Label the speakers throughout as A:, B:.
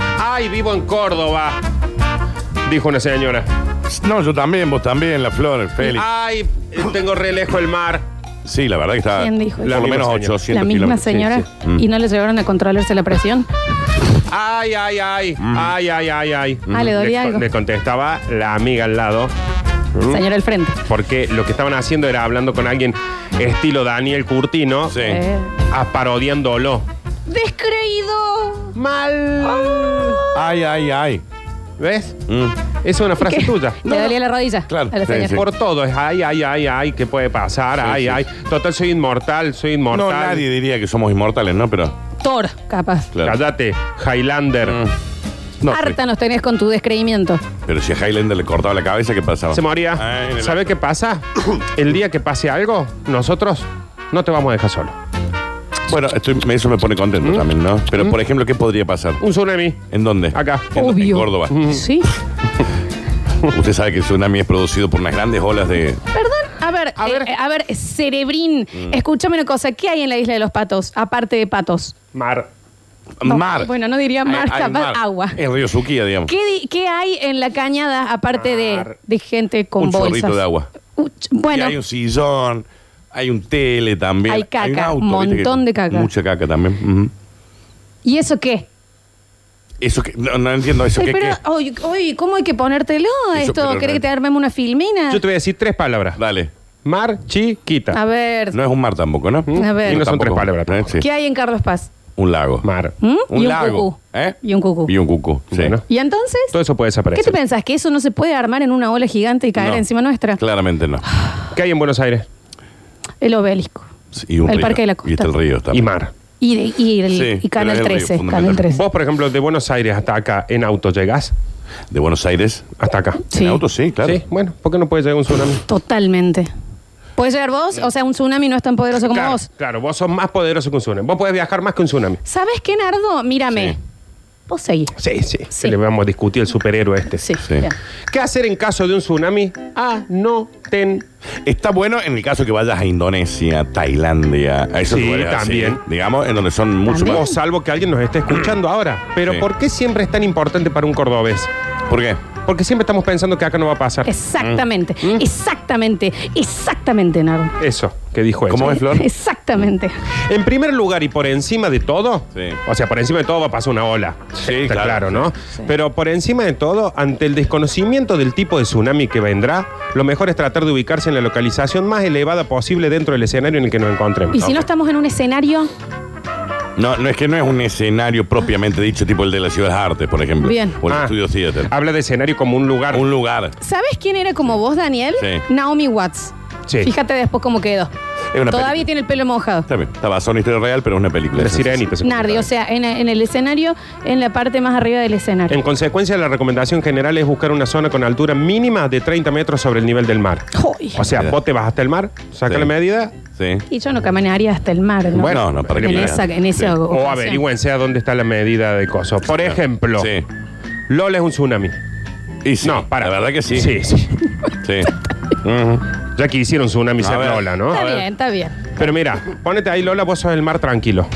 A: ¡Ay, vivo en Córdoba! Dijo una señora.
B: No, yo también, vos también, la flor, Félix.
A: ¡Ay, tengo re lejos el mar!
B: Sí, la verdad que está
C: ¿Quién dijo
B: por
C: eso?
B: lo menos
A: La misma
B: 800
C: La misma
B: kilómetros.
C: señora.
B: Sí, sí. Mm.
C: ¿Y no le llegaron a controlarse la presión?
A: ¡Ay, ay, ay!
B: Mm.
A: ¡Ay, ay, ay, ay!
C: Ah, le dolía
A: co-
C: algo.
A: Le contestaba la amiga al lado,
B: Mm.
C: Señora al frente.
A: porque lo que estaban haciendo era hablando con alguien estilo Daniel Curtino,
B: Sí.
C: Eh,
A: a- parodiándolo.
C: ¡Descreído!
A: ¡Mal!
B: Ay, ay, ay.
A: ¿Ves?
B: Mm.
A: Esa es una frase tuya.
C: Le dolía la rodilla
B: Claro,
C: a la
B: sí,
C: señora.
B: sí.
A: Por todo, es ay, ay, ay, ay, ¿qué puede pasar? ay,
B: sí,
A: ay. Total, soy inmortal, soy inmortal.
B: No, nadie diría que somos inmortales, ¿no? Pero,
C: Thor, capaz.
B: claro.
A: Cállate, Highlander.
B: Mm. No,
C: Harta nos tenés con tu descreimiento.
B: pero- Pero si a Highlander le cortaba la cabeza, ¿qué pasaba?
A: Se moría.
B: Ay, Ah, en el-
A: ¿Sabe qué pasa? El día que pase algo, nosotros no te vamos a dejar solo.
B: Bueno, estoy- eso me pone contento
A: Mm.
B: también, ¿no? Pero, por ejemplo, ¿qué podría pasar?
A: Un tsunami.
B: ¿En dónde?
A: Acá. Mm.
B: En, en
C: Obvio.
B: Córdoba. Mm.
C: Sí.
B: Usted sabe que el tsunami es producido por unas grandes olas de...
C: Perdón. A ver, eh,
A: A
C: a
A: ver.
C: ver, cerebrín,
B: Mm.
C: escúchame una cosa. ¿Qué hay en la isla de los patos, aparte de patos?
A: Mar.
C: No,
B: mar.
C: bueno, no diría mar,
B: Hay- hay
C: capaz
B: mar. Eh.
C: agua.
B: El río Suquía, digamos.
C: ¿Qué, di- qué hay en la cañada, aparte de,
A: Mar.
C: de gente con
B: Un
C: bolsas?
B: chorrito de agua.
C: Un ch-
B: Y
C: bueno,
B: hay un sillón, hay un tele también.
C: Hay caca,
B: un
C: montón
B: ¿viste que-
C: de caca.
B: Mucha caca también. ujú.
C: ¿y eso qué?
B: Eso que... No, no entiendo eso.
C: Ay,
B: ¿qué-
C: pero,
B: qué?
C: Hoy, hoy, ¿cómo hay que ponértelo a
B: Eso,
C: esto?
B: pero
C: ¿Querés
B: no-
C: que te armemos una filmina?
A: Yo te voy a decir tres palabras.
B: Dale.
A: Mar, chiquita.
C: Ah. A ver,
B: No es un mar tampoco, ¿no?
C: A ver.
A: Y no son
B: Tampoco.
A: tres palabras.
B: Eh, sí.
C: ¿qué hay en Carlos Paz?
B: Un lago.
A: Mar.
C: ¿Mm?
B: Un
C: y
B: lago,
C: Un cucú.
B: ¿eh?
C: Y un cucú.
B: Y un cucu. Sí.
A: Bueno.
C: ¿Y entonces?
A: Todo eso puede
C: ¿Qué
A: desaparecer.
C: te pensás? ¿Que eso no se puede armar en una ola gigante y caer
B: No.
C: encima nuestra?
B: Claramente no.
A: ¿Qué hay en Buenos Aires?
C: El obelisco.
B: Sí, Y un
C: El
B: río.
C: Parque de la
B: Y está
C: Costa.
B: el río
A: Y
B: también.
A: mar.
C: Y, de- y el-
B: Sí,
C: y Canal
B: pero es el río,
C: 13. Canal
B: fundamental.
C: 13.
A: Vos, por ejemplo, de Buenos Aires hasta acá, en auto llegás.
B: De Buenos Aires.
A: Hasta acá.
C: Sí,
B: En auto, sí, claro.
A: Sí, bueno, ¿por qué no puede llegar un tsunami?
C: totalmente. ¿Puedes llegar vos?
B: Mm.
C: O sea, un tsunami no es tan poderoso como
A: claro,
C: vos.
A: claro, vos sos más poderoso que un tsunami. Vos podés viajar más que un tsunami.
C: ¿Sabes qué, Nardo? Mírame.
B: Sí.
C: Vos seguís.
A: Sí, sí.
C: Sí.
A: Se le vamos a discutir el superhéroe este.
C: Sí.
B: Sí.
C: bien.
A: ¿Qué hacer en caso de un tsunami? Ah, Anoten.
B: Está bueno en el caso que vayas a Indonesia, Tailandia, a esos
A: Sí,
B: lugares así,
A: también.
B: digamos, en donde son mucho
C: También.
A: O
B: más.
A: salvo que alguien nos esté escuchando ahora. Pero
B: Mm. Sí.
A: ¿por qué siempre es tan importante para un cordobés?
B: ¿Por qué?
A: Porque siempre estamos pensando que acá no va a
B: Mm.
A: pasar.
C: Exactamente. Exactamente. Exactamente, Nardo.
A: Eso que dijo él.
B: ¿Cómo es, Flor?
C: Exactamente.
A: En primer lugar y por encima de todo,
B: Sí.
A: o sea, por encima de todo va a pasar una ola.
B: Sí,
A: Está
B: claro.
A: claro, ¿no?
C: Sí.
A: Pero por encima de todo, ante el desconocimiento del tipo de tsunami que vendrá, lo mejor es tratar de ubicarse en la localización más elevada posible dentro del escenario en el que nos encontremos.
C: Y si no estamos en un escenario,
B: No, no es que no es un escenario propiamente dicho, tipo el de la Ciudad de Arte, por ejemplo.
C: Bien.
B: O el
A: Ah,
B: Estudio Theater.
A: Habla de escenario como un lugar.
B: Un lugar.
C: ¿sabes quién era como vos, Daniel?
B: Sí.
C: Naomi Watts.
A: Sí.
C: Fíjate después cómo quedó.
B: Es una
C: Todavía
B: película.
C: tiene el pelo mojado.
B: Está bien. Está basado en historia real, pero es una película.
A: La
B: Sí, sí, sí.
A: sirenita. se
C: Nardi, o sea, en, en el escenario, en la parte más arriba del escenario.
A: En consecuencia, la recomendación general es buscar una zona con altura mínima de 30 metros sobre el nivel del mar.
C: Joy.
A: O sea,
B: Mira.
A: vos te vas hasta el mar, saca
B: Sí.
A: la medida,
B: Sí.
C: Y yo no caminaría hasta el mar, ¿no?
B: Bueno, no, para
C: en
B: qué mirar.
C: esa, en
B: Sí.
C: esa
A: o
B: O
C: ocasión.
A: averigüense a dónde está la medida de coso. Por ejemplo,
B: Sí.
A: Lola es un tsunami.
B: Y sí.
A: No, para.
B: La verdad que sí.
A: Sí, sí.
B: Sí. Ujú.
A: Ya que hicieron tsunami
B: A
A: ser
B: ver.
A: Lola, ¿no?
C: Está
B: A ver.
C: bien, está bien.
A: Pero mira, ponete ahí, Lola, vos sos el mar tranquilo.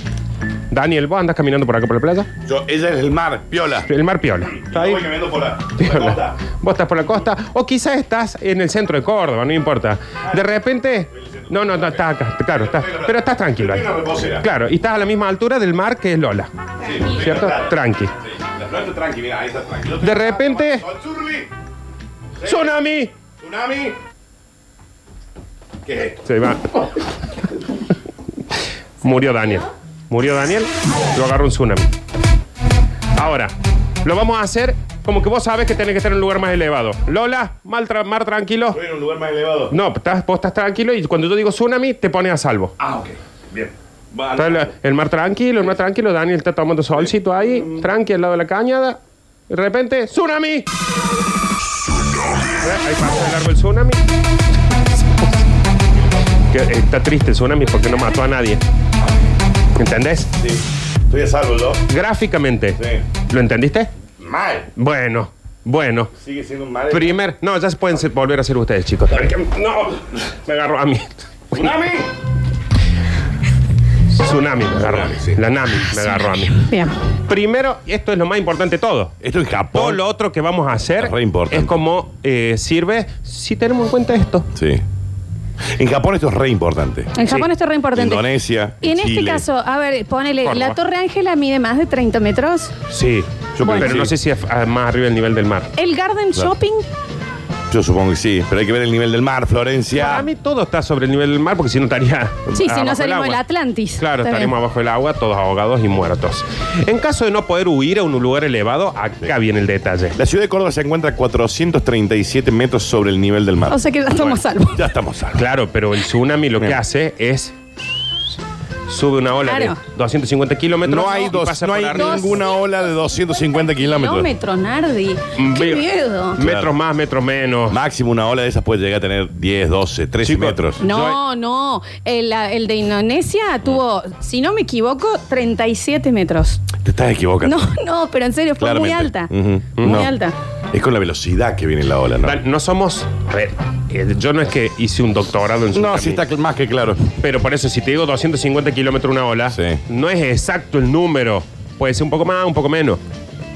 A: Daniel, vos andás caminando por acá por la playa.
B: Yo- ella es el mar, piola.
A: El mar piola. Está ahí.
B: caminando por la,
A: Piola. Vos estás por la costa o quizás estás en el centro de Córdoba, no importa. De repente, no, no, no, estás acá, claro, estás, pero estás tranquilo ahí. Claro, y estás a la misma altura del mar que es Lola, ¿cierto? Tranqui.
B: La flor está tranqui, mira, ahí está tranqui.
A: De repente, tsunami.
B: Tsunami. ¿Qué es esto?
A: Se va. Murió Daniel. Murió Daniel, lo agarró un tsunami. Ahora, lo vamos a hacer como que vos sabes que tenés que estar en un lugar más elevado. Lola, mal tra- mar tranquilo.
B: en un lugar más elevado.
A: No, estás, vos estás tranquilo y cuando yo digo tsunami, te pones a salvo.
B: Ah, ok. Bien. Va,
A: Está el, el mar tranquilo, el mar tranquilo. Daniel está tomando solcito ahí, tranqui al lado de la cañada. De repente, ¡tsunami! Eh, Ahí pasa de largo el tsunami. Que eh, está triste el tsunami porque no mató a nadie. ¿Entendés?
B: sí. Estoy a salvo, ¿no?
A: Gráficamente.
B: Sí.
A: ¿Lo entendiste?
B: Mal.
A: Bueno, bueno.
B: Sigue siendo un mal.
A: Primer. No, ya se pueden ser- volver a ser ustedes, chicos. No, me agarró a mí.
B: ¡Tsunami!
A: Tsunami me agarró a mí.
B: Sí.
A: La Nami me agarró a mí.
C: Bien.
A: Primero, esto es lo más importante de todo.
B: Esto en
A: Todo
B: Japón.
A: lo otro que vamos a hacer
B: Re importante.
A: es como eh, sirve si tenemos en cuenta esto.
B: Sí. En Japón esto es re importante.
A: Sí.
C: En Japón esto es re importante.
B: Indonesia.
C: Y en este
B: Chile.
C: caso, a ver, ponele,
A: Córdoba.
C: la Torre Ángela mide más de 30 metros.
A: Sí,
B: Yo creo que
A: pero
B: sí.
A: no sé si es ah, más arriba del nivel del mar.
C: El Garden
B: Claro.
C: Shopping,
B: Yo supongo que sí, pero hay que ver el nivel del mar, Florencia.
A: Para mí todo está sobre el nivel del mar porque si no estaría.
B: ah,
C: sí, si
A: abajo
C: no
A: del
C: salimos
A: agua.
C: del Atlantis.
A: Claro,
C: Está
A: estaremos
C: bien.
A: abajo del agua, todos ahogados y muertos. En caso de no poder huir a un lugar elevado, acá viene el detalle.
B: La ciudad de Córdoba se encuentra a 437 metros sobre el nivel del mar.
C: O sea que ya estamos salvos.
B: ya estamos salvos.
A: Claro, pero el tsunami lo que
B: Bien.
A: hace es. Sube una ola
C: Claro.
A: de 250 kilómetros.
B: No hay,
A: y
B: dos,
A: pasa
B: no
A: por
B: hay
A: arriba.
B: ninguna ola de 250 kilómetros. Mm,
C: Kilómetros, Nardi. Qué
A: Ve-
C: miedo.
A: Metros más, metros menos.
B: Máximo una ola de esas puede llegar a tener 10, 12, 13
A: Chicos,
B: metros.
A: Yo
C: No, no. El, la- el de Indonesia tuvo,
B: Mm.
C: si no me equivoco, 37 metros.
B: Te estás equivocando.
C: No, no, pero en serio, fue muy
B: Claramente.
C: alta.
B: Ujú. Mm,
C: Muy
B: No.
C: alta.
B: Es con la velocidad que viene la ola, ¿no?
A: Dan, No somos. a ver, eh, yo no es que hice un doctorado en
B: No,
A: tsunami.
B: sí está cl- más que claro.
A: Pero por eso, si te digo 250 kilómetros una ola,
B: Sí.
A: no es exacto el número. Puede ser un poco más, un poco menos.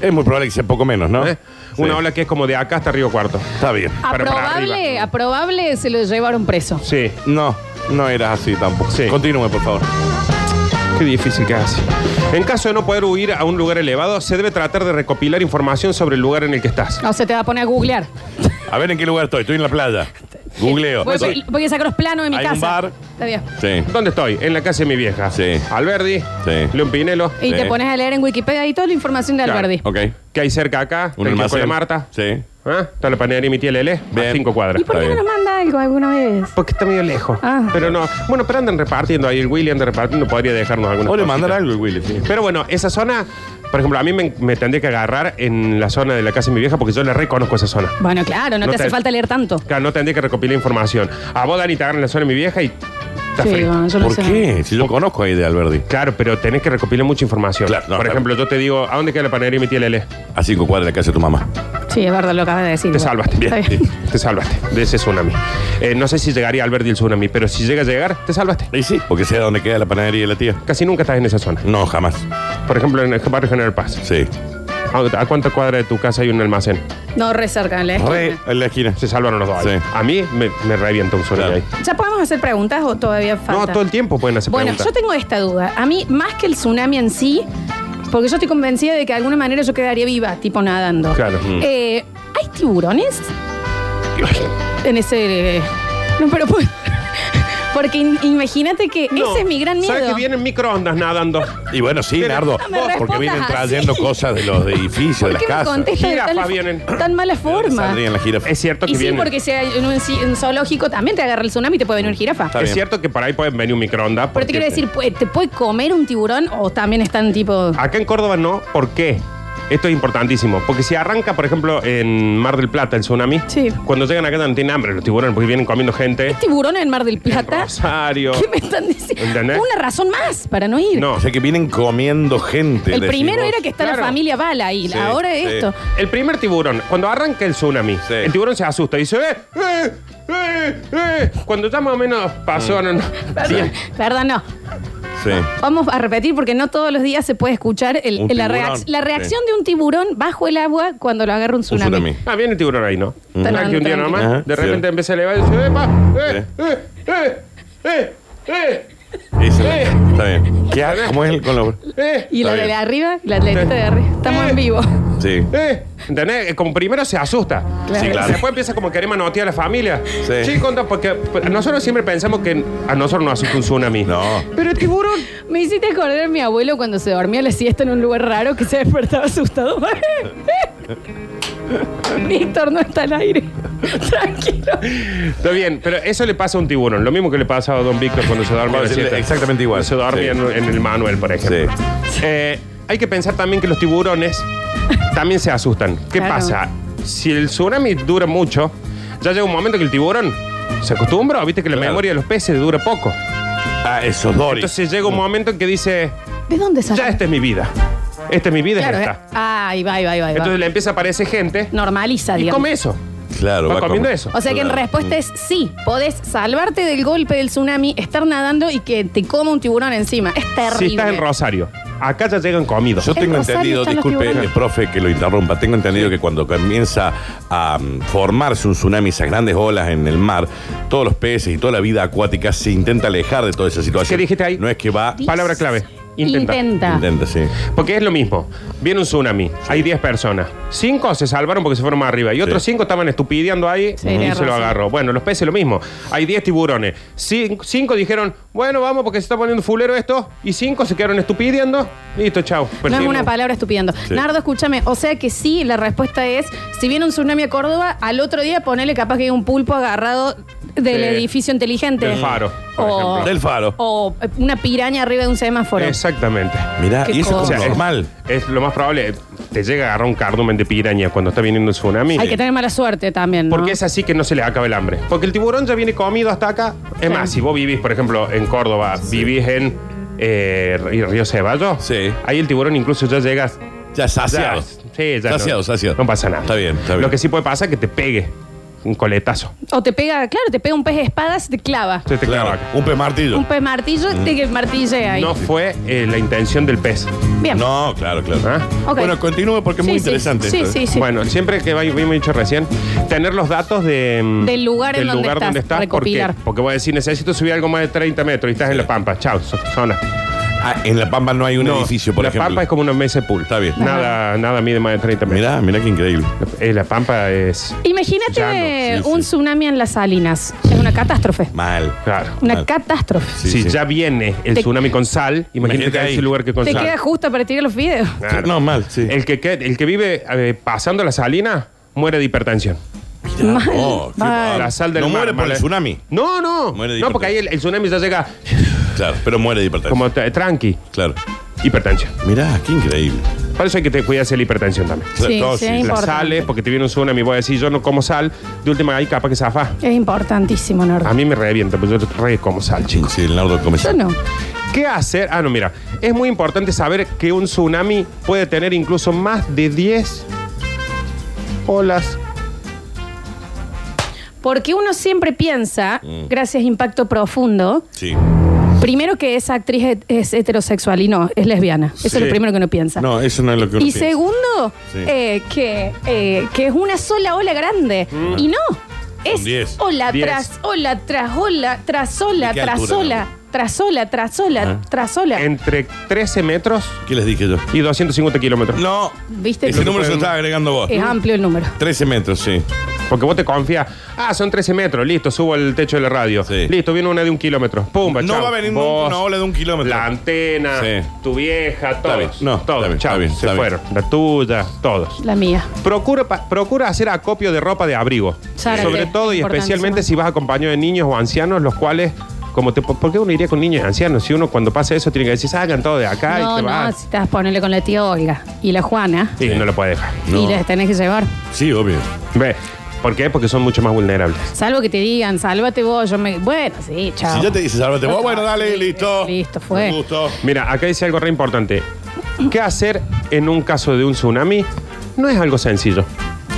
B: Es muy probable que sea poco menos, ¿no?
A: ¿eh? Una
B: Sí.
A: ola que es como de acá hasta Río Cuarto.
B: Está bien.
C: A
A: Para- para
C: probable, a probable se lo llevaron preso.
A: Sí,
B: No, no era así tampoco.
A: Sí.
B: Continúe, por favor.
A: qué difícil que hace. En caso de no poder huir a un lugar elevado, se debe tratar de recopilar información sobre el lugar en el que estás.
C: O sea, te va a poner a googlear.
B: A ver en qué lugar estoy. Estoy en la playa. Googleo.
C: Voy,
B: Estoy-
C: voy a sacar los planos de mi
B: Hay
C: casa.
B: un bar.
C: Está bien.
B: Sí.
A: ¿Dónde estoy? En la casa de mi vieja.
B: Sí.
A: Alberdi.
B: Sí.
A: León Pinelo.
C: Y
B: Sí.
C: te pones a leer en Wikipedia y toda la información de
A: Claro.
C: Alberdi.
B: Ok.
A: ¿Qué hay cerca acá?
B: Un
A: El kiosco de
B: almacén.
A: Marta.
B: Sí.
A: ¿Ah? Está la panadería de mi tía Lele.
B: Bien.
A: A cinco cuadras.
C: ¿Y por
B: Está
C: qué no
B: bien.
C: nos manda algo alguna vez?
A: Porque está medio lejos.
C: Ah.
A: Pero no. Bueno, pero andan repartiendo ahí. El Willy anda repartiendo. Podría dejarnos alguna
B: O le mandan algo, Willy. sí.
A: Pero bueno, esa zona, por ejemplo, a mí me, me tendría que agarrar en la zona de la casa de mi vieja porque yo le reconozco esa zona.
C: Bueno, claro, no,
A: No
C: te, hace
A: te-
C: falta leer tanto.
A: Claro, no tendría que recopilar información. A vos, Dani, te agarran en la zona de mi vieja y estás
C: Sí,
A: frito.
C: bueno, yo lo
B: ¿Por
C: sé.
B: qué? Si yo conozco ahí de Alberdi.
A: Claro, pero tenés que recopilar mucha información.
B: Claro, no,
A: por
B: claro.
A: ejemplo, yo te digo, ¿a dónde queda la panadería de mi tía Lele?
B: A cinco cuadras de la casa de tu mamá.
C: Sí, es verdad lo acabas de decir.
A: Te
C: Bueno,
A: salvaste.
C: está
B: Bien,
C: bien.
B: sí.
A: Te salvaste de ese tsunami. Eh, no sé si llegaría Alberti el tsunami, pero si llega a llegar, te salvaste.
B: Y sí. Porque sea donde queda la panadería de la tía.
A: Casi nunca estás en esa zona.
B: No, jamás.
A: Por ejemplo, en el barrio General Paz.
B: Sí.
A: ¿A, a cuánta cuadra de tu casa hay un almacén?
C: No, re cerca, ¿eh?
B: Re en la esquina.
A: Se salvaron los dos. ahí.
B: Sí.
A: A mí me, me revienta un tsunami
B: Claro.
A: ahí.
C: ¿Ya podemos hacer preguntas o todavía falta?
A: No, todo el tiempo pueden hacer
C: Bueno,
A: preguntas.
C: yo tengo esta duda. A mí, más que el tsunami en sí, porque yo estoy convencida de que de alguna manera yo quedaría viva, tipo nadando.
A: Claro. Mm.
C: Eh, ¿Hay tiburones en ese...? eh, No, pero pues... Porque in- imagínate que
A: No.
C: ese es mi gran miedo.
A: ¿Sabes que vienen microondas nadando?
B: Y bueno, sí,
A: Pero
B: Nardo.
A: no
C: me
B: vos, Porque
C: respondas
B: vienen
C: así.
B: trayendo cosas de los edificios, de
C: ¿Por
B: las
C: qué me
B: casas.
C: contestas de
A: Jirafas
C: tal,
A: vienen.
C: tan mala forma?
B: Saldrían las jirafas.
A: Es cierto que
C: Y sí,
A: vienen.
C: porque si hay en un, ci- en zoológico también te agarra el tsunami y te puede venir jirafa.
B: Está
A: es
B: bien.
A: cierto que por ahí pueden venir un microondas.
C: Pero
A: porque-
C: te quiero decir, ¿pu- ¿te puede comer un tiburón o también están tipo...
A: Acá en Córdoba no. ¿Por qué? Esto es importantísimo. Porque si arranca, por ejemplo, en Mar del Plata el tsunami,
C: Sí.
A: cuando llegan acá no tienen hambre los tiburones porque vienen comiendo gente.
C: tiburones en Mar del Plata?
A: Rosario.
C: ¿Qué me están diciendo?
A: ¿Entendés?
C: Una razón más para no ir.
A: No.
B: O sea que vienen comiendo gente.
C: El
B: decís
C: primero
B: vos.
C: era que está
A: Claro.
C: la familia Bala ahí,
B: Sí,
C: ahora
B: sí.
C: esto.
A: El primer tiburón, cuando arranca el tsunami,
B: Sí.
A: el tiburón se asusta y dice, ¡eh! ¡eh! ¡eh! ¡eh! Cuando ya más o menos
B: Mm.
A: pasó, no, no.
C: Perdón, perdón, no.
B: Sí.
C: Vamos a repetir porque no todos los días se puede escuchar el-
B: Un
C: la,
B: tiburón.
C: reac- la reacción de un tiburón bajo el agua cuando lo agarra un
B: Un
C: tsunami.
B: tsunami.
A: Ah, viene el tiburón ahí, ¿no?
C: Mm.
A: Tranqui, un día nomás,
B: Ajá.
A: de repente
B: Sí.
A: empieza a elevar y dice, ¡epa! ¡eh! ¡eh! ¡eh! ¡eh! ¡eh!
B: Esa es la- Está bien. ¿Qué haces? ¿Cómo es el con los.?
A: ¡eh!
C: Y
B: Está
C: la de
B: bien.
C: la arriba, la atletita de arriba. Estamos en vivo.
B: Sí.
A: ¡Eh! ¿Entendés? Eh, Como primero se asusta.
C: Claro.
B: Sí, claro.
A: Después empieza como que querer manotear a la familia.
B: Sí.
A: Chicos, no, porque pues, nosotros siempre pensamos que a nosotros nos asusta un tsunami.
B: No.
A: Pero el tiburón.
C: Me hiciste acordar a mi abuelo cuando se dormía la siesta en un lugar raro que se despertaba asustado. Víctor no está al aire. Tranquilo.
A: Está bien, pero eso le pasa a un tiburón. Lo mismo que le pasaba a don Víctor cuando se dormía.
B: Cuando se-
A: siesta.
B: exactamente igual.
A: Se dormía
B: Sí.
A: en, en el Manuel, por ejemplo. Eh, hay que pensar también que los tiburones también se asustan. ¿Qué
C: Claro.
A: pasa? Si el tsunami dura mucho, ya llega un momento que el tiburón se acostumbra. Viste que la
B: Claro.
A: memoria de los peces dura poco.
B: Ah, esos Doris.
A: Entonces llega un momento en que dice,
C: ¿De dónde
A: ya
C: sale?
A: esta es mi vida. Esta es mi vida, es
C: Claro, eh.
A: esta.
C: Ah, ahí va, ahí va, ahí va. ahí va.
A: Entonces le empieza a aparecer gente
C: Normaliza,
A: y
C: digamos.
A: come eso.
B: Claro,
A: va,
B: va
A: comiendo
B: como-
A: eso.
C: O sea que en
B: Claro.
C: respuesta es sí, podés salvarte del golpe del tsunami, estar nadando y que te coma un tiburón encima. Es terrible.
A: Si estás en Rosario, acá ya llegan comidos.
B: Yo tengo
C: Rosario
B: entendido,
C: están los
B: disculpe,
C: tiburones.
B: eh, profe, que lo interrumpa. Tengo entendido que cuando comienza a mm, formarse un tsunami, esas grandes olas en el mar, todos los peces y toda la vida acuática se intenta alejar de toda esa situación.
A: ¿Qué dijiste ahí?
B: No es que va.
C: Dice-
A: Palabra clave. Intenta.
C: Intenta.
B: Intenta, sí.
A: Porque es lo mismo. Viene un tsunami, hay 10 personas. 5 se salvaron porque se fueron más arriba. Y otros
B: Sí.
A: 5 estaban estupideando ahí
C: Sí,
A: y
C: tenés
A: se lo
C: razón.
A: agarró. Bueno, los peces lo mismo. Hay 10 tiburones. 5 dijeron, bueno, vamos porque se está poniendo fulero esto. Y 5 se quedaron estupideando. Listo, chao.
C: No es una palabra estupendo.
B: Sí.
C: Nardo, escúchame. O sea que sí, la respuesta es: si viene un tsunami a Córdoba, al otro día ponele capaz que hay un pulpo agarrado del
A: Sí.
C: edificio inteligente.
A: Del faro, por
C: O,
A: ejemplo.
B: Del faro.
C: o eh, una piraña arriba de un semáforo.
A: Exactamente.
B: Mirá,
C: Qué
B: y eso
C: cosa.
A: O
B: es
A: sea,
B: como
A: es-
B: normal.
A: Es, lo más probable. Te llega a agarrar un cardumen de piraña cuando está viniendo el tsunami.
C: Hay que tener mala suerte también. ¿no?
A: Porque es así que no se le acaba el hambre. Porque el tiburón ya viene comido hasta acá. Es
C: Sí.
A: más, si vos vivís, por ejemplo, en Córdoba, vivís en eh, Río Río Ceballos,
B: Sí.
A: ahí el tiburón incluso ya llegas.
B: Ya
A: ya-
B: saciado.
A: sí, ya
B: Saciado,
A: no,
B: saciado.
A: No pasa nada.
B: Está bien, está bien.
A: Lo que sí puede pasar es que te pegue un coletazo.
C: O te pega, claro, te pega un pez de espadas, te clava.
A: Entonces te clava
B: Claro,
A: acá.
B: un pez martillo.
C: Un pez martillo, te martille ahí.
A: No fue eh, la intención del pez.
C: Bien.
B: No, claro, claro.
A: ¿Ah?
C: Ok.
B: Bueno, continúe porque es
C: Sí,
B: muy
C: sí.
B: interesante.
C: Sí,
B: esto. ¿eh?
C: sí, sí.
A: Bueno, siempre que vay- habíamos dicho recién, tener los datos de, mm,
C: Del lugar en donde
A: ¿por
C: estás,
A: qué?
C: recopilar.
A: Porque voy a decir, necesito subir algo más de 30 metros y estás en La Pampa. Chao, so- zona.
B: Ah, en La Pampa no hay un
A: No,
B: edificio, por
A: la
B: ejemplo.
A: Pampa es como una mesa de pool.
B: Está bien.
A: Nada, nada mide más de 30 metros.
B: Mirá, mirá qué increíble.
A: Eh, la Pampa es.
C: Imagínate
A: Llano,
B: sí, sí.
C: un tsunami en las salinas. Es una catástrofe.
B: Mal.
A: Claro.
C: Una
B: Mal.
C: catástrofe.
B: Sí,
A: si
B: sí.
A: ya viene el
C: Te-
A: tsunami con sal, imagínate
B: Imagínate
A: que hay
B: ahí.
A: ese lugar que con
C: Te
A: sal.
C: queda justo para tirar los videos.
A: Claro.
B: No, mal, sí.
A: El que, que- el que vive eh, pasando la salina muere de hipertensión.
C: Mal,
B: Oh, qué
C: mal.
B: mal.
A: La sal del
B: no
A: mar,
B: muere por
A: mal,
B: el
A: eh.
B: tsunami.
A: No, no.
B: Muere de
A: no, porque ahí el, el tsunami ya llega
B: Claro, pero muere de hipertensión.
A: como tra- tranqui.
B: Claro.
A: Hipertensión.
B: Mirá, qué increíble.
A: Por eso hay que te cuidarse de la hipertensión también.
C: Sí,
B: No,
C: sí,
B: sí,
C: es
B: la
A: La
C: importante.
A: sal es porque te viene un tsunami y voy a decir, yo no como sal, de última hay capa que zafa.
C: Es importantísimo,
A: A
C: Nardo.
A: mí me revienta, pues yo re como sal, chico.
B: Sí, el Nardo come
C: Yo
B: sal.
C: no.
A: ¿Qué hacer? Ah, no, mira. Es muy importante saber que un tsunami puede tener incluso más de 10 olas.
C: Porque uno siempre piensa,
B: Mm.
C: gracias a impacto profundo,
B: Sí.
C: primero que esa actriz es, es heterosexual y no, es lesbiana. Eso es
B: Sí.
C: lo primero que uno piensa.
B: No, eso no es lo que uno
C: Y
B: piensa.
C: segundo,
B: Sí.
C: eh, que, eh, que es una sola ola grande. Y no. Es
B: Mm. diez.
C: ola
A: Diez.
C: tras ola, tras ola, tras ola,
B: ¿De qué
C: tras
B: altura, Ah.
C: ola, tras ola, tras ola, tras ola.
A: Entre 13 metros
B: ¿Qué les dije yo?
A: y 250 kilómetros.
B: No.
C: ¿Viste?
B: Ese número se lo estaba agregando vos.
C: Es amplio el número.
B: 13 metros, sí.
A: Porque vos te confías. Ah, son 13 metros. Listo, subo el techo de la radio.
B: Sí.
A: Listo, viene una de un kilómetro. Pumba,
B: No
A: chao.
B: va a venir
A: Vos,
B: nunca una ola de un kilómetro.
A: La antena,
B: Sí.
A: tu vieja, todos.
B: bien. No,
A: todos.
B: está bien,
A: chao.
B: está bien,
A: Se
B: está
A: fueron.
B: bien.
A: La tuya, todos.
C: La mía.
A: Procura, pa- procura hacer acopio de ropa de abrigo.
C: Zárate.
A: Sobre todo y especialmente si vas acompañado de niños o ancianos, los cuales, como te, ¿por qué uno iría con niños y ancianos? Si uno cuando pasa eso tiene que decir, salgan todos de acá y
C: no,
A: te
C: no,
A: vas.
C: si te vas a ponerle con la tía Olga y la Juana
A: Y no lo puede dejar.
B: No.
C: y les tenés que llevar.
B: Sí, obvio.
A: ¿Ve? ¿Por qué? Porque son mucho más vulnerables.
C: Salvo que te digan, sálvate vos, yo me. Bueno, sí, chao.
B: Si ya te dices, sálvate vos, bueno, dale,
C: Sí,
B: listo.
C: listo, fue.
B: Un gusto.
A: Mira, acá dice algo re importante. ¿Qué hacer en un caso de un tsunami? No es algo sencillo.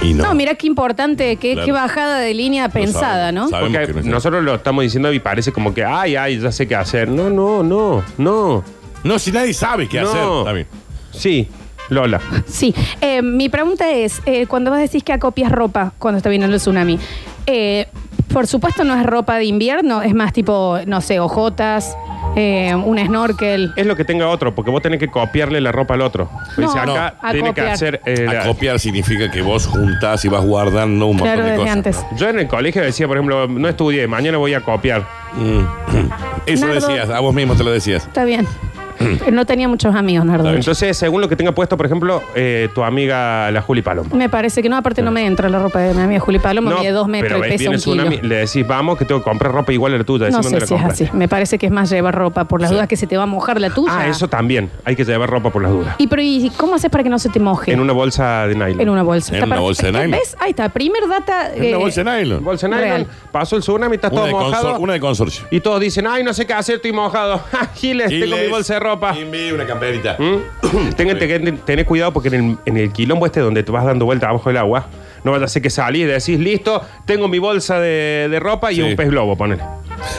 B: Y no.
C: No, mira qué importante, qué,
B: Claro.
C: qué bajada de línea pensada,
B: sabe,
C: ¿no?
B: sabe. Sabemos
A: Porque
B: que no es
A: nosotros lo estamos diciendo y parece como que, ay, ay, ya sé qué hacer. No, no, no, no.
B: No, si nadie sabe qué
A: No.
B: hacer. Está bien.
A: Sí, Lola.
C: Sí. Eh, mi pregunta es, eh, cuando vos decís que acopias ropa cuando está viniendo el tsunami, eh, por supuesto no es ropa de invierno, es más tipo, no sé, ojotas, eh, un snorkel.
A: Es lo que tenga otro, porque vos tenés que copiarle la ropa al otro.
C: No,
A: Dice, acá
C: no, a
A: tiene que
C: copiar.
A: hacer. eh, la-
B: Acopiar significa que vos juntás y vas guardando un montón
C: Claro,
B: de
C: desde
B: cosas.
C: antes.
A: Yo en el colegio decía, por ejemplo, no estudié, mañana voy a copiar.
B: Mm. Eso
C: Nardo.
B: decías, a vos mismo te lo decías.
C: Está bien.
B: Mm.
C: No tenía muchos amigos, Nardo.
A: Entonces, según lo que tenga puesto, por ejemplo, eh, tu amiga la Juli Paloma.
C: Me parece que no, aparte no me entra la ropa de mi amiga Juli Paloma, mide dos metros
A: pero
C: y
A: ves,
C: pesa
A: viene
C: un
A: el tsunami,
C: kilo.
A: le decís, vamos, que tengo que comprar ropa igual a la tuya.
C: No
A: decime
C: sé
A: dónde la
C: si es
A: compraste.
C: así. Me parece que es más llevar ropa por las
B: Sí.
C: dudas que se te va a mojar la tuya.
A: Ah, eso también. Hay que llevar ropa por las dudas.
C: ¿Y, pero, ¿y cómo haces para que no se te moje?
A: En una bolsa de nylon.
C: En una bolsa.
B: En
C: Está
B: una
C: para-
B: bolsa de nylon.
C: ¿Ves? Ahí está. Primer data.
B: En
C: eh,
B: una bolsa de nylon.
A: bolsa de nylon.
C: Real.
A: Pasó el tsunami, estás
B: Una
A: todo
B: de,
A: mojado.
B: consor- una de consorcio.
A: Y todos dicen, ay, no sé qué hacer, estoy mojado. Ja, Giles, tengo Este mi
B: Giles,
A: bolsa de ropa. ¿Mm?
B: Invi, una camperita.
A: Tengan- tengan- Tené cuidado porque en el, en el quilombo este donde te vas dando vuelta abajo del agua, No vaya a ser que salís y decís, listo, tengo mi bolsa de, de ropa y
B: Sí.
A: un pez globo, ponele.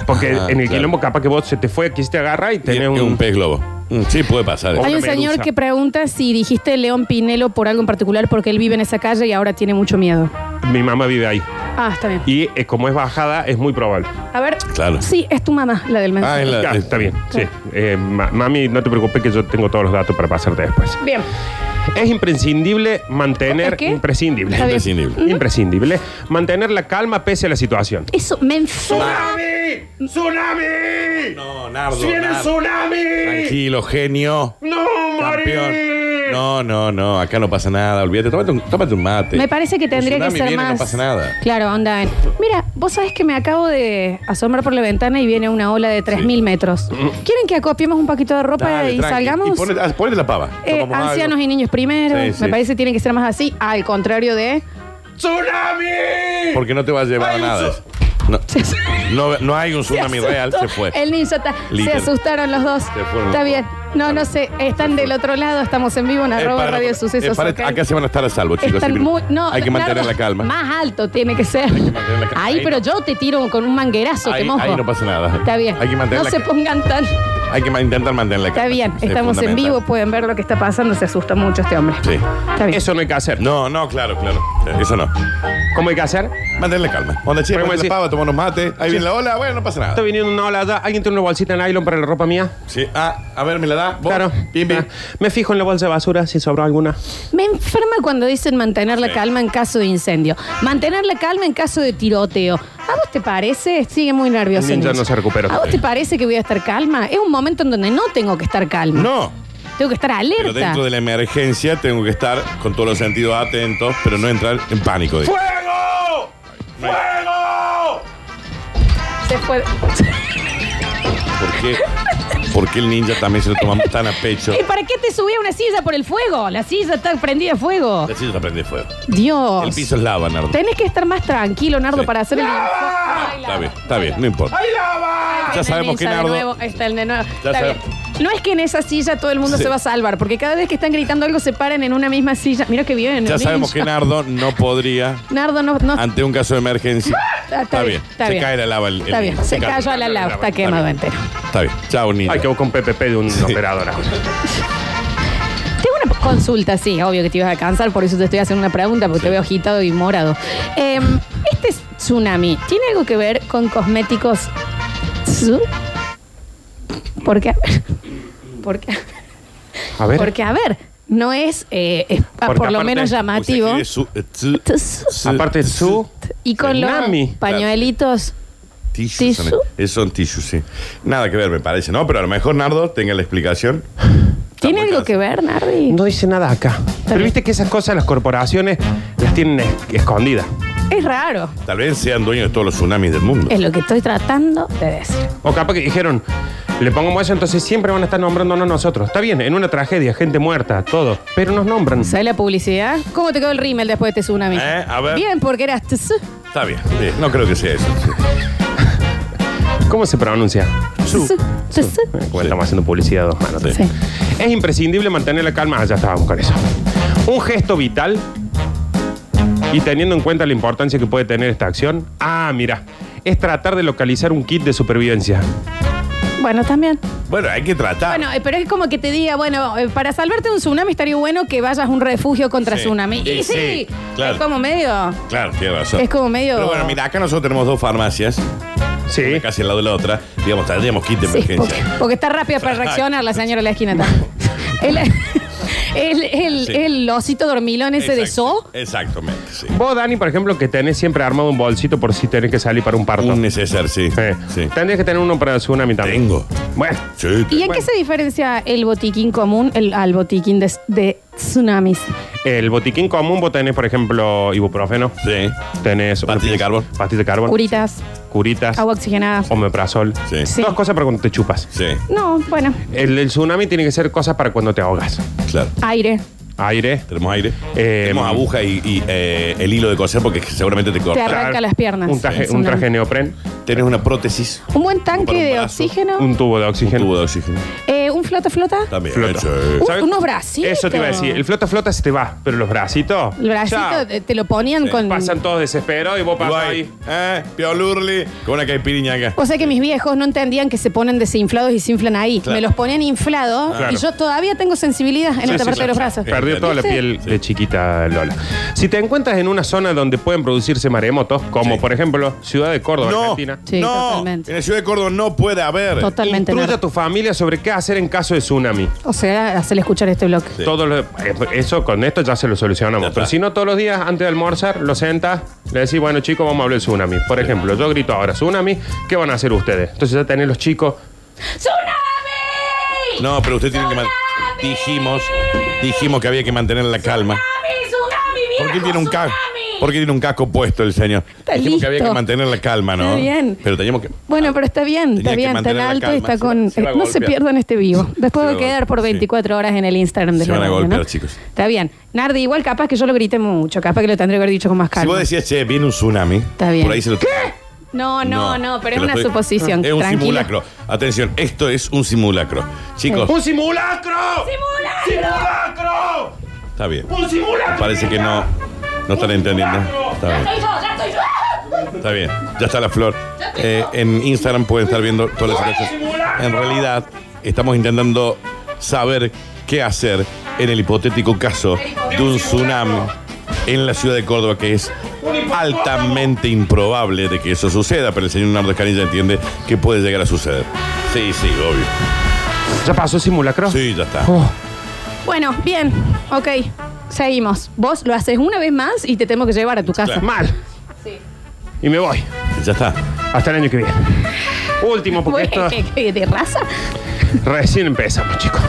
A: Porque
B: Ah,
A: en el
B: claro.
A: quilombo capaz que vos se te fue, quisiste agarrar y tenés
B: Tiene un...
A: un,
B: pez globo. Mm, Sí, puede pasar.
A: Ay,
C: Hay un
A: Una
C: señor
A: medusa.
C: que pregunta si dijiste León Pinelo por algo en particular porque él vive en esa calle y ahora tiene mucho miedo.
A: Mi mamá vive ahí.
C: Ah, está bien.
A: Y eh, como es bajada, es muy probable.
C: A ver.
B: Claro.
C: Sí, es tu mamá, la del mensaje.
B: Ah, es la-
A: Ya, está bien, sí. Eh, ma- mami, no te preocupes que yo tengo todos los datos para pasarte después.
C: Bien.
A: Es imprescindible mantener...
C: ¿Es qué?
A: Imprescindible.
C: Está bien. Mm.
B: Imprescindible.
A: Imprescindible. Mantener la calma pese a la situación.
C: Eso me enferma.
A: ¡Tsunami! ¡Tsunami!
B: No, Nardo.
A: ¡Si viene el
B: Nardo.
A: tsunami!
B: Tranquilo, genio.
A: ¡No,
B: Campeón.
A: morí!
B: No, no, no. Acá no pasa nada. Olvídate. Tómate un, tómate un mate.
C: Me parece que
B: Un
C: tendría que
B: tsunami
C: ser
B: viene,
C: más.
B: No pasa nada.
C: Claro, onda. Mira, vos sabés que me acabo de asombrar por la ventana y viene una ola de 3.000 metros. ¿Quieren que acopiemos un poquito de ropa
B: Dale,
C: y
B: tranqui.
C: salgamos?
B: Y ponete, ah, ponete la pava.
C: Eh,
B: Tomamos algo.
C: ancianos y niños primero.
B: Sí,
C: Me
B: sí.
C: parece que tiene que ser más así, al contrario de.
A: ¡Tsunami!
B: Porque no te vas a llevar
A: Hay un
B: nada.
A: tsu-
B: No, no, no hay un tsunami
C: Se
B: real.
C: asustó.
B: Se fue.
C: El ninja está. Se
B: Literal.
C: asustaron los dos.
B: fueron
C: Está
B: los
C: bien.
B: dos.
C: No, no sé. Están del otro lado. Estamos en vivo en
B: Eh,
C: arroba
B: para-
C: radio
B: eh,
C: sucesos.
B: para-
C: ok.
B: Acá se van a estar a salvo, chicos.
C: Están
B: Sí,
C: muy. No,
B: hay que mantener
C: Nardo,
B: la calma.
C: Más alto tiene que ser.
B: mantener la calma.
C: Ahí,
B: Ahí
C: pero
B: no.
C: yo te tiro con un manguerazo, te
B: ahí,
C: mojo.
B: ahí no pasa nada.
C: Está bien.
B: Hay que mantener
C: no
B: la
C: se
B: ca-
C: pongan tan.
B: Hay que ma- intentar mantener la
C: Está
B: calma.
C: bien.
B: Sí,
C: Estamos en vivo.
B: fundamental.
C: Pueden ver lo que está pasando. Se asusta mucho este hombre.
B: Sí.
C: Está bien.
A: Eso no hay que hacer.
B: No, no, claro, claro. Eh, Eso no.
A: ¿Cómo hay que hacer?
B: Mantener la calma. Onda, che,
A: Pero
B: ponete
A: como
B: la
A: decís-
B: pava, toma unos mates. Ahí viene la ola, bueno, no pasa
A: Está
B: nada.
A: viniendo una ola allá. ¿Alguien tiene una bolsita de nylon para la ropa mía?
B: Sí. Ah, a ver, ¿me la da? ¿Vos?
A: Claro.
B: Bien, bien.
A: Ah, Me fijo en la bolsa de basura si sobró alguna.
C: Me enferma cuando dicen mantener la calma en caso de incendio. Mantener la calma en caso de tiroteo. ¿A vos te parece? Sigue muy nervioso.
A: El ninja
C: Nacho.
A: no se recuperó.
C: ¿A vos te parece que voy a estar calma? Es un momento en donde no tengo que estar calma.
B: No.
C: Tengo que estar alerta.
B: Pero dentro de la emergencia tengo que estar con todos los sentidos atentos, pero no entrar en pánico. digo.
A: ¡Fuego! ¡Fuego!
C: Se fue.
B: ¿Por qué? ¿Por qué el ninja también se lo toma tan a pecho?
C: ¿Y para qué te subí a una silla por el fuego? La silla está prendida a fuego.
B: Así se prende fuego.
C: Dios.
B: El piso es lava, Nardo.
C: Tenés que estar más tranquilo, Nardo,
B: Sí. Ah.
C: para hacer el. Ay, la-
B: Está bien, está bien, no importa.
A: ¡Ahí lava!
B: Ya
C: Ahí
B: sabemos
C: está el
B: que
C: de
B: Nardo-
C: nuevo, ahí está el de nuevo.
B: Ya
C: Está bien.
B: sabemos.
C: No es que en esa silla todo el mundo
B: Sí.
C: se va a salvar, porque cada vez que están gritando algo se paran en una misma silla. Mira que bien.
B: Ya
C: el
B: sabemos Ah, que
C: ninja.
B: Nardo no podría,
C: Nardo no. no-
B: ante un caso de emergencia.
C: Está- está bien, está
B: se
C: bien.
B: cae la lava. El, el-
C: está bien, se cayó a la lava, está quemado
B: bien.
C: entero.
B: Está bien, chao, ninja.
A: Hay que buscar un PPP de un operador. ahora.
C: Tengo una consulta, sí, obvio que te ibas a cansar, por eso te estoy haciendo una pregunta, porque te veo agitado y morado. Eh, este tsunami, ¿tiene algo que ver con cosméticos? Tsu? Porque, a ver, porque,
A: A ver.
C: porque, a ver, no es, eh, es- ah,
A: Porque
C: por lo
A: aparte-
C: menos
B: O sea,
C: llamativo.
B: quiere su- eh, tsu-
C: Tsu.
B: tsu-
A: Aparte su...
C: Y con los
A: Tsunami.
C: pañuelitos.
B: Tissues son-
C: ¿Tissue?
B: eh, son tissues, sí. Nada que ver, me parece, ¿no? Pero a lo mejor Nardo tenga la explicación.
C: ¿Tiene
B: muy cansado.
C: algo que ver, Nardi?
A: No dice nada acá. Pero
C: bien.
A: viste que esas cosas las corporaciones las tienen es- escondidas.
C: Es raro.
B: Tal vez sean dueños de todos los tsunamis del mundo.
C: Es lo que estoy tratando de decir.
A: O capaz que dijeron, le pongamos eso, entonces siempre van a estar nombrándonos nosotros. Está bien, en una tragedia, gente muerta, todo. Pero nos nombran.
C: ¿Sabes la publicidad? ¿Cómo te quedó el rímel después de este tsunami?
B: Eh, a ver.
C: Bien, porque eras tsu.
B: Está bien, sí, no creo que sea eso. sí.
A: ¿Cómo se pronuncia?
B: Tsu.
C: Tsu, tsu, tsu.
A: Eh, Bueno, estamos haciendo publicidad a dos manos.
B: Sí.
C: Sí.
A: Es imprescindible mantener la calma. Ah, ya estábamos con eso. Un gesto vital y teniendo en cuenta la importancia que puede tener esta acción. Ah, mira. Es tratar de localizar un kit de supervivencia.
C: Bueno, también.
B: Bueno, hay que tratar.
C: Bueno, eh, pero es como que te diga, bueno, eh, para salvarte de un tsunami estaría bueno que vayas a un refugio contra
B: Sí.
C: tsunami. Y,
B: Y
C: sí,
B: sí, claro.
C: es como medio.
B: Claro, tiene razón.
C: Es como medio-
B: Pero bueno, mira, acá nosotros tenemos dos farmacias,
A: Sí.
B: una casi al lado de la otra. Digamos, tendríamos kit de
C: Sí, porque,
B: emergencia.
C: porque está rápida para reaccionar la señora de la esquina. también. el, el, el-
B: Sí.
C: el osito dormilón ese de
B: Exacto,
C: zoo.
B: Exactamente, sí.
A: Vos, Dani, por ejemplo, que tenés siempre armado un bolsito por si tenés que salir para un parto.
B: Un neceser, sí.
A: Sí.
B: sí.
A: Tendrías que tener uno para el tsunami también.
B: Tengo.
A: Bueno,
B: Sí,
C: ¿Y en
A: Bueno.
C: qué se diferencia el botiquín común el, al botiquín de, de tsunamis?
A: el botiquín común vos tenés, por ejemplo, ibuprofeno.
B: sí.
A: Tenés...
B: Pastilla de carbón.
A: Pastilla de carbón.
C: Curitas,
A: Curitas.
C: agua oxigenada.
A: Omeprazol.
B: Sí.
C: Sí.
A: Dos cosas para cuando te chupas.
B: Sí,
C: No, bueno,
A: El, el tsunami tiene que ser cosas para cuando te ahogas.
B: claro.
C: aire.
A: Aire.
B: Tenemos aire.
A: Eh,
B: Tenemos aguja y, y, eh, el hilo de coser porque seguramente te
C: Te
B: corta.
C: arranca las piernas.
A: Un traje,
C: Sí.
A: un traje neopren.
B: Tenés una prótesis,
C: Un buen
B: Como para
C: tanque
B: un
C: de
B: brazo.
C: oxígeno.
A: Un tubo de
B: un
A: oxígeno.
B: tubo de oxígeno.
C: Eh, ¿Un flota flota?
B: También. eh.
A: Flota.
B: Sí.
C: Uh,
A: ¿Sabes?
C: unos bracitos.
A: Eso te iba a decir. El flota flota se te va, pero los bracitos.
C: El bracito
A: chao.
C: eh, te lo ponían
B: Sí,
C: con.
A: Pasan todos desesperados y vos
B: Tú
A: pasás
B: ahí,
A: ahí.
B: eh, piolurli, con una caipiriña acá.
C: O sea que mis viejos no entendían que se ponen desinflados y se inflan ahí.
B: Claro.
C: Me los ponían inflados
A: Claro.
C: y yo todavía tengo sensibilidad en
A: Sí,
C: esta
A: sí,
C: parte de los brazos.
B: Claro.
A: Perdió toda la
C: Sí.
A: piel de chiquita Lola. Si te encuentras en una zona donde pueden producirse maremotos, como
B: Sí.
A: por ejemplo Ciudad de Córdoba,
B: No,
A: Argentina,
C: Sí,
B: no,
C: totalmente.
B: en la ciudad de Córdoba no puede haber.
C: Totalmente.
A: instruye
C: nerd.
A: a tu familia sobre qué hacer en caso de tsunami.
C: O sea, hacerle escuchar este bloque.
B: Sí.
A: Todo lo- eh, eso con esto ya se lo
B: Ya
A: solucionamos.
B: está.
A: Pero si no, todos los días antes de almorzar, lo sentas, le decís, bueno chicos, vamos a hablar de tsunami. Por ejemplo, yo grito ahora, tsunami, ¿qué van a hacer ustedes? Entonces ya tenés los chicos.
C: ¡Tsunami!
B: No, pero usted tiene que man- dijimos, dijimos que había que mantener la calma.
C: ¡Tsunami!
B: ¿Por qué tiene un
C: ca?
B: casco? ¿Por qué tiene un casco puesto el señor?
C: Está
B: dijimos que había
C: listo.
B: que mantener la calma, ¿no?
C: Está bien.
B: Pero teníamos que
C: Bueno, pero está bien,
B: Tenía
C: está
B: que
C: bien, está en
B: mantener la
C: alto y
B: calma,
C: está
B: se
C: con.
B: va- se va a
C: eh, no se
B: golpear.
C: pierdan este vivo. Después
B: Se
C: va
B: va
C: a
B: a
C: quedar por
B: golpear, sí.
C: 24 horas en el Instagram de
B: Se
C: la
B: van a
C: radio,
B: golpear,
C: ¿no?
B: chicos.
C: Está bien. Nardi, igual capaz que yo lo grité mucho, capaz que lo tendré que haber dicho con más
B: Si
C: calma.
B: vos decías, che, viene un tsunami. Está
C: bien.
B: Por ahí se lo...
C: No, Oh, no, no,
B: te
C: pero es
B: lo
C: una
B: estoy-
C: suposición.
B: Es un
C: Tranquilo.
B: simulacro. Atención, esto es un simulacro. Chicos,
A: ¡Un simulacro!
C: ¡Simulacro!
A: ¡Simulacro!
B: está bien.
A: ¡Un simulacro!
B: Parece que no, no están entendiendo. Está bien. Está bien. Ya está la flor. Eh, en Instagram pueden estar viendo todas las cosas. En realidad, estamos intentando saber qué hacer en el hipotético caso de un tsunami en la ciudad de Córdoba, que es altamente improbable de que eso suceda, pero el señor Leonardo Escanilla entiende que puede llegar a suceder. Sí, sí, obvio.
A: ¿Ya pasó simulacro?
B: Sí, ya está.
A: Oh,
C: Bueno, bien, ok. Seguimos. Vos lo haces una vez más y te tengo que llevar a tu casa.
B: Claro.
A: mal. Y me voy.
B: Ya está.
A: Hasta el año que viene. Último, porque
C: Bueno,
A: esto
C: ¿qué- qué- ¿De raza?
A: recién empezamos, chicos.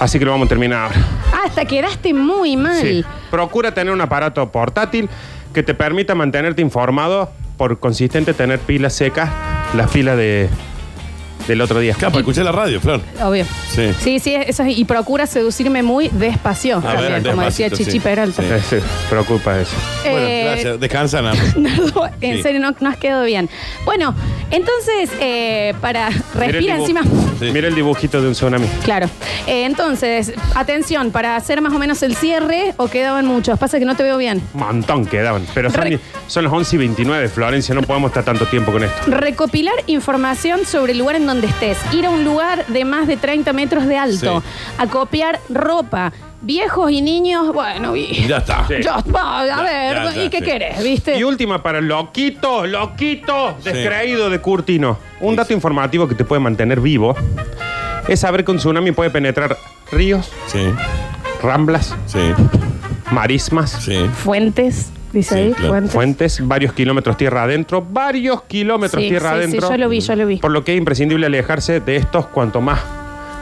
A: Así que lo vamos a terminar ahora.
C: Ah, Hasta quedaste muy mal.
A: Sí. Procura tener un aparato portátil que te permita mantenerte informado por consistente tener pilas secas, las pilas de, del otro día.
B: Capa, escuché la radio, Flor.
C: Obvio.
B: Sí.
C: Sí, sí, eso es- y procura seducirme muy despacio,
B: ver,
C: también, como decía
B: despacito,
C: Chichi
B: sí.
C: Peralta.
B: Sí.
A: Eh, sí, preocupa eso.
B: Bueno,
C: Eh,
B: gracias. Descansa, Nardo.
C: Nardo, en
B: Sí.
C: serio, no, no has quedado bien. Bueno, entonces, eh, para respira
A: dibujo.
C: encima.
B: Sí.
A: Mira el dibujito de un tsunami.
C: Claro. Eh, entonces, atención, para hacer más o menos el cierre, o quedaban muchos. Pasa que no te veo bien.
A: Un montón quedaban. Pero son,
C: Re-
A: son las 11 y 29, Florencia. No podemos estar tanto tiempo con esto.
C: Recopilar información sobre el lugar en donde estés. Ir a un lugar de más de 30 metros de alto.
B: Sí.
C: Acopiar ropa. Viejos y niños, bueno, y.
B: Ya está.
A: Sí.
C: Ya, va, a
B: Ya,
C: ver,
B: ya,
C: ¿y
B: ya,
C: qué
B: sí.
C: querés? ¿Viste?
A: Y última para el loquito, loquito,
B: Sí.
A: descreído de Curtino. Un dato informativo que te puede mantener vivo es saber que un tsunami puede penetrar ríos,
B: Sí,
A: ramblas,
B: sí,
A: marismas,
B: sí.
C: Fuentes, dice
B: Sí,
C: ahí,
B: claro.
C: fuentes.
A: fuentes, varios kilómetros tierra adentro, varios kilómetros
C: Sí,
A: tierra
C: sí, sí,
A: adentro.
C: yo lo vi, yo lo vi.
A: Por lo que es imprescindible alejarse de estos cuanto más,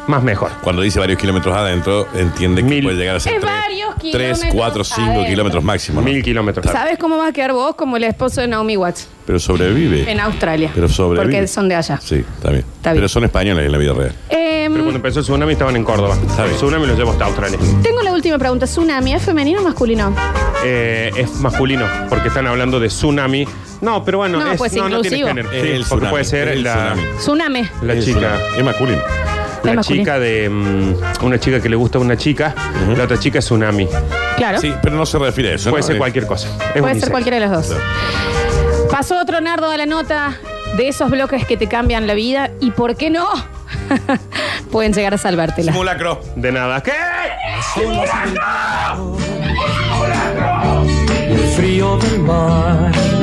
A: más mejor.
B: Cuando dice varios kilómetros adentro, entiende que
A: Mil.
B: puede llegar a ser
C: Es
B: 3,
C: varios
B: 4,
C: kilómetros
B: 5
C: adentro.
B: kilómetros máximo. ¿no?
A: Mil kilómetros.
C: ¿Sabes cómo vas a quedar vos como el esposo de Naomi Watts
B: Pero sobrevive.
C: en Australia?
B: Pero sobrevive.
C: Porque son de allá.
B: Sí, está bien.
C: Está bien.
B: Pero son españoles en la vida real.
C: Em,
A: Pero cuando empezó el tsunami estaban en Córdoba.
B: bien.
A: El tsunami lo llevó hasta Australia.
C: tengo la última pregunta. ¿Tsunami es femenino o masculino?
A: Eh, es masculino, porque están hablando de tsunami. No, pero bueno,
C: No,
A: es,
C: pues
A: no, no tiene
C: inclusivo.
A: género.
B: Es
A: Sí,
B: el
A: porque
B: tsunami,
A: puede ser
B: es el
A: la,
B: tsunami.
C: Tsunami.
A: la
B: Es
A: chica.
B: una- Es masculino.
A: La
C: Es masculino.
A: chica de. mm, una chica que le gusta a una chica, la otra chica es tsunami.
C: Claro.
B: Sí, pero no se refiere a eso.
A: Puede
B: ¿no?
A: ser
B: Eh,
A: cualquier cosa. Es
C: Puede
A: unisex.
C: ser cualquiera de los dos. Pasó otro nardo de la nota de esos bloques que te cambian la vida y por qué no pueden llegar a salvártela.
B: Simulacro.
A: De nada. ¿Qué?
D: el frío del mar.